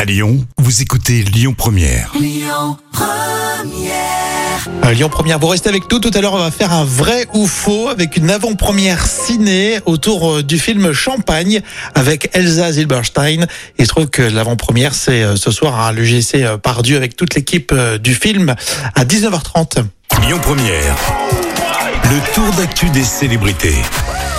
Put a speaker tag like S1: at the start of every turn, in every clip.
S1: À Lyon, vous écoutez Lyon Première.
S2: Euh, Lyon Première, vous restez avec nous. Tout à l'heure, on va faire un vrai ou faux avec une avant-première ciné autour euh, du film Champagne avec Elsa Zilberstein. Il se trouve que l'avant-première, c'est euh, ce soir à l'UGC euh, Pardieu avec toute l'équipe euh, du film à 19h30.
S1: Lyon Première. Le tour d'actu des célébrités.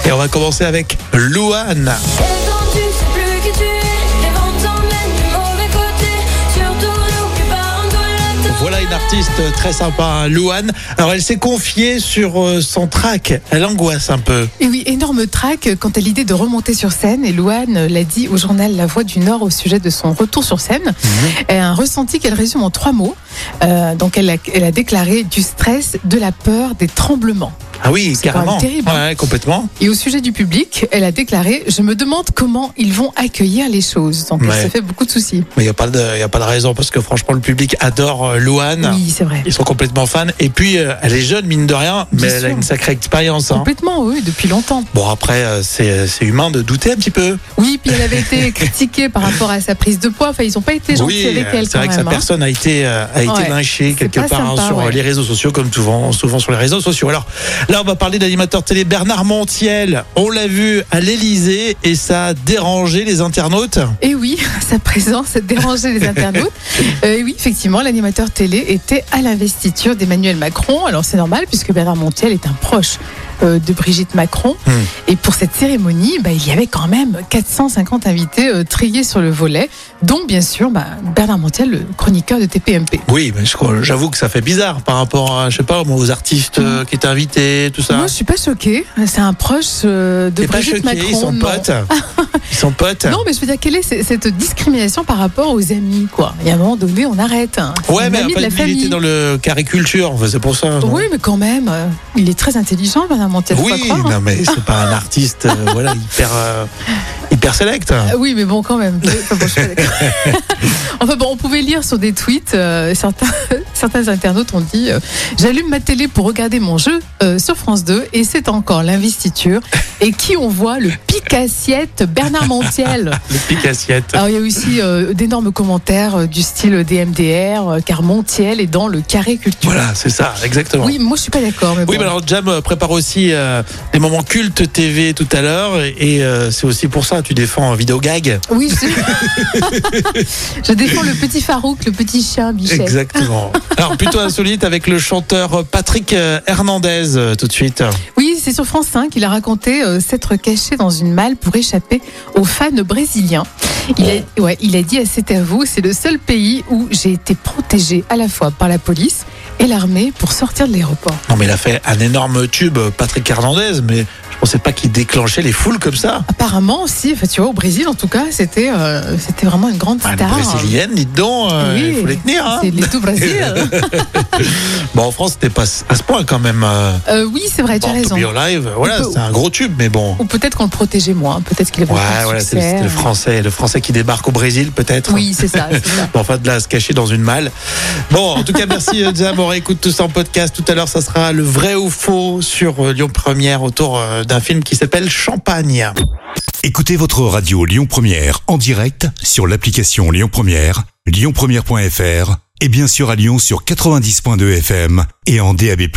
S2: Et on va commencer avec Louane.
S3: Attends-tu, sais plus qui tu es, les vents t'emmènent du mauvais côté. Surtout, n'oublie pas, on doit l'attendre.
S2: Voilà une artiste très sympa, hein, Louane. Alors, elle s'est confiée sur euh, son track. Elle angoisse un peu.
S4: Et oui, énorme trac quant à l'idée de remonter sur scène. Et Louane l'a dit au journal La Voix du Nord au sujet de son retour sur scène.
S2: Mhm.
S4: Et Un ressenti qu'elle résume en trois mots. Euh, donc elle a, elle a déclaré du stress, de la peur, des tremblements.
S2: Ah oui,
S4: C'est quand même
S2: carrément.
S4: terrible, hein.
S2: Ouais, complètement.
S4: Et au sujet du public, elle a déclaré Je me demande comment ils vont accueillir les choses. Donc
S2: Ouais.
S4: elle se fait beaucoup de soucis.
S2: Mais il n'y a, pas de- y a pas de raison parce que franchement, le public adore euh, Louane.
S4: Oui, c'est vrai.
S2: Ils sont complètement fans. Et puis, euh, elle est jeune, mine de rien, mais
S4: Bien
S2: elle a
S4: sûr.
S2: une sacrée expérience. hein.
S4: Complètement, oui, depuis longtemps.
S2: Bon, après, euh, c'est c'est humain de douter un petit peu.
S4: Oui, puis elle avait été critiquée par rapport à sa prise de poids. Enfin, ils n'ont pas été gentils
S2: euh,
S4: avec elle
S2: c'est
S4: quand
S2: vrai que sa
S4: même. hein.
S2: personne a été, euh, a été
S4: Ouais.
S2: lynchée
S4: C'est
S2: quelque
S4: pas
S2: part hein,
S4: sympa,
S2: sur euh,
S4: ouais.
S2: les réseaux sociaux, comme souvent, souvent sur les réseaux sociaux. Alors là, on va parler de l'animateur télé Bernard Montiel. On l'a vu à l'Elysée et ça a dérangé les internautes.
S4: Et Eh oui, sa présence a dérangé les internautes. Euh, et oui, effectivement, l'animateur télé était à l'investiture d'Emmanuel Macron. Alors c'est normal puisque Bernard Montiel est un proche euh, de Brigitte Macron.
S2: Hmm.
S4: Et pour cette cérémonie, bah, il y avait quand même 450 invités euh, triés sur le volet, dont bien sûr bah, Bernard Montiel, le chroniqueur de TPMP.
S2: Oui, mais je crois- j'avoue que ça fait bizarre par rapport à, je sais pas, moi, aux artistes euh, qui étaient invités, tout ça.
S4: Mm. Moi, je suis pas choquée. C'est un proche euh, de
S2: T'es pas
S4: Brigitte
S2: choqué,
S4: Macron.
S2: ils sont
S4: non.
S2: potes. Ils sont potes.
S4: Non, mais je veux dire, quelle est c- cette discrimination par rapport aux amis, quoi Il y a un moment donné, on arrête. hein. C'est
S2: Ouais,
S4: une
S2: mais
S4: amie de
S2: après,
S4: la
S2: il
S4: famille.
S2: était dans le carré culture, enfin, c'est pour ça. non
S4: Oui, mais quand même, euh, il est très intelligent, Bernard Montiel. faut
S2: Mhm. Oui,
S4: pas croire, hein.
S2: non, mais c'est pas un artiste euh, voilà, hyper, euh, hyper hein. select.
S4: Ah Oui, mais bon, quand même. Enfin, bon, je suis pas d'accord. enfin bon, on pouvait lire sur des tweets, euh, certains, certains internautes ont dit euh, J'allume ma télé pour regarder mon jeu euh, sur France 2 et c'est encore l'investiture. Et qui on voit Le pic-assiette Bernard Montiel.
S2: Le pic assiette.
S4: Alors, il y a aussi euh, d'énormes commentaires euh, du style DMDR, euh, car Montiel est dans le carré culture.
S2: Voilà, c'est ça, exactement.
S4: Oui, moi je suis pas d'accord. Mais
S2: Oui,
S4: bon.
S2: mais alors Jam euh, prépare aussi euh, des moments cultes TV tout à l'heure et, et, euh, c'est aussi pour ça tu défends un vidéo gag.
S4: Oui, je... je défends le petit Farouk, le petit chien Bichette.
S2: Exactement. alors plutôt insolite avec le chanteur Patrick euh, Hernandez euh, tout de suite.
S4: Oui, c'est sur France 5 qu'il a raconté euh, s'être caché dans une malle pour échapper aux fans brésiliens.
S2: Oh.
S4: Il a, ouais, il a dit à C'est à vous, c'est le seul pays où j'ai été protégé à la fois par la police et l'armée pour sortir de l'aéroport.
S2: Non mais il a fait un énorme tube euh, Patrick Hernandez mais je pensais pas qu'il déclenchait les foules comme ça.
S4: Apparemment aussi, enfin, tu vois, au Brésil en tout cas, c'était euh, c'était vraiment une grande
S2: Bah,
S4: star.
S2: les brésiliennes, dites donc, euh,
S4: Oui,
S2: il faut les tenir. Hein.
S4: C'est les tout Brésil.
S2: Bon, en France, c'était pas à ce point quand même. euh,
S4: Euh, oui, c'est vrai, tu as
S2: Born to
S4: raison.
S2: be Alive, voilà,
S4: peut-
S2: c'est un gros tube, mais bon.
S4: Ou peut-être qu'on le protégeait moins, peut-être qu'il avait
S2: Ouais,
S4: pas de
S2: voilà, c'est le-
S4: succès.
S2: c'est le français, le français qui débarque au Brésil, peut-être.
S4: Oui, c'est ça, c'est ça.
S2: Bon, Enfin, de là, à se cacher dans une malle. Bon, en tout cas, merci euh, Jam. On réécoute tout ça en podcast. Tout à l'heure, ça sera le vrai ou faux sur euh, Lyon Première autour euh, d'un film qui s'appelle Champagne.
S1: Écoutez votre radio Lyon Première en direct sur l'application Lyon Première, lyonpremière.fr et bien sûr à Lyon sur 90.2 FM et en DAB+.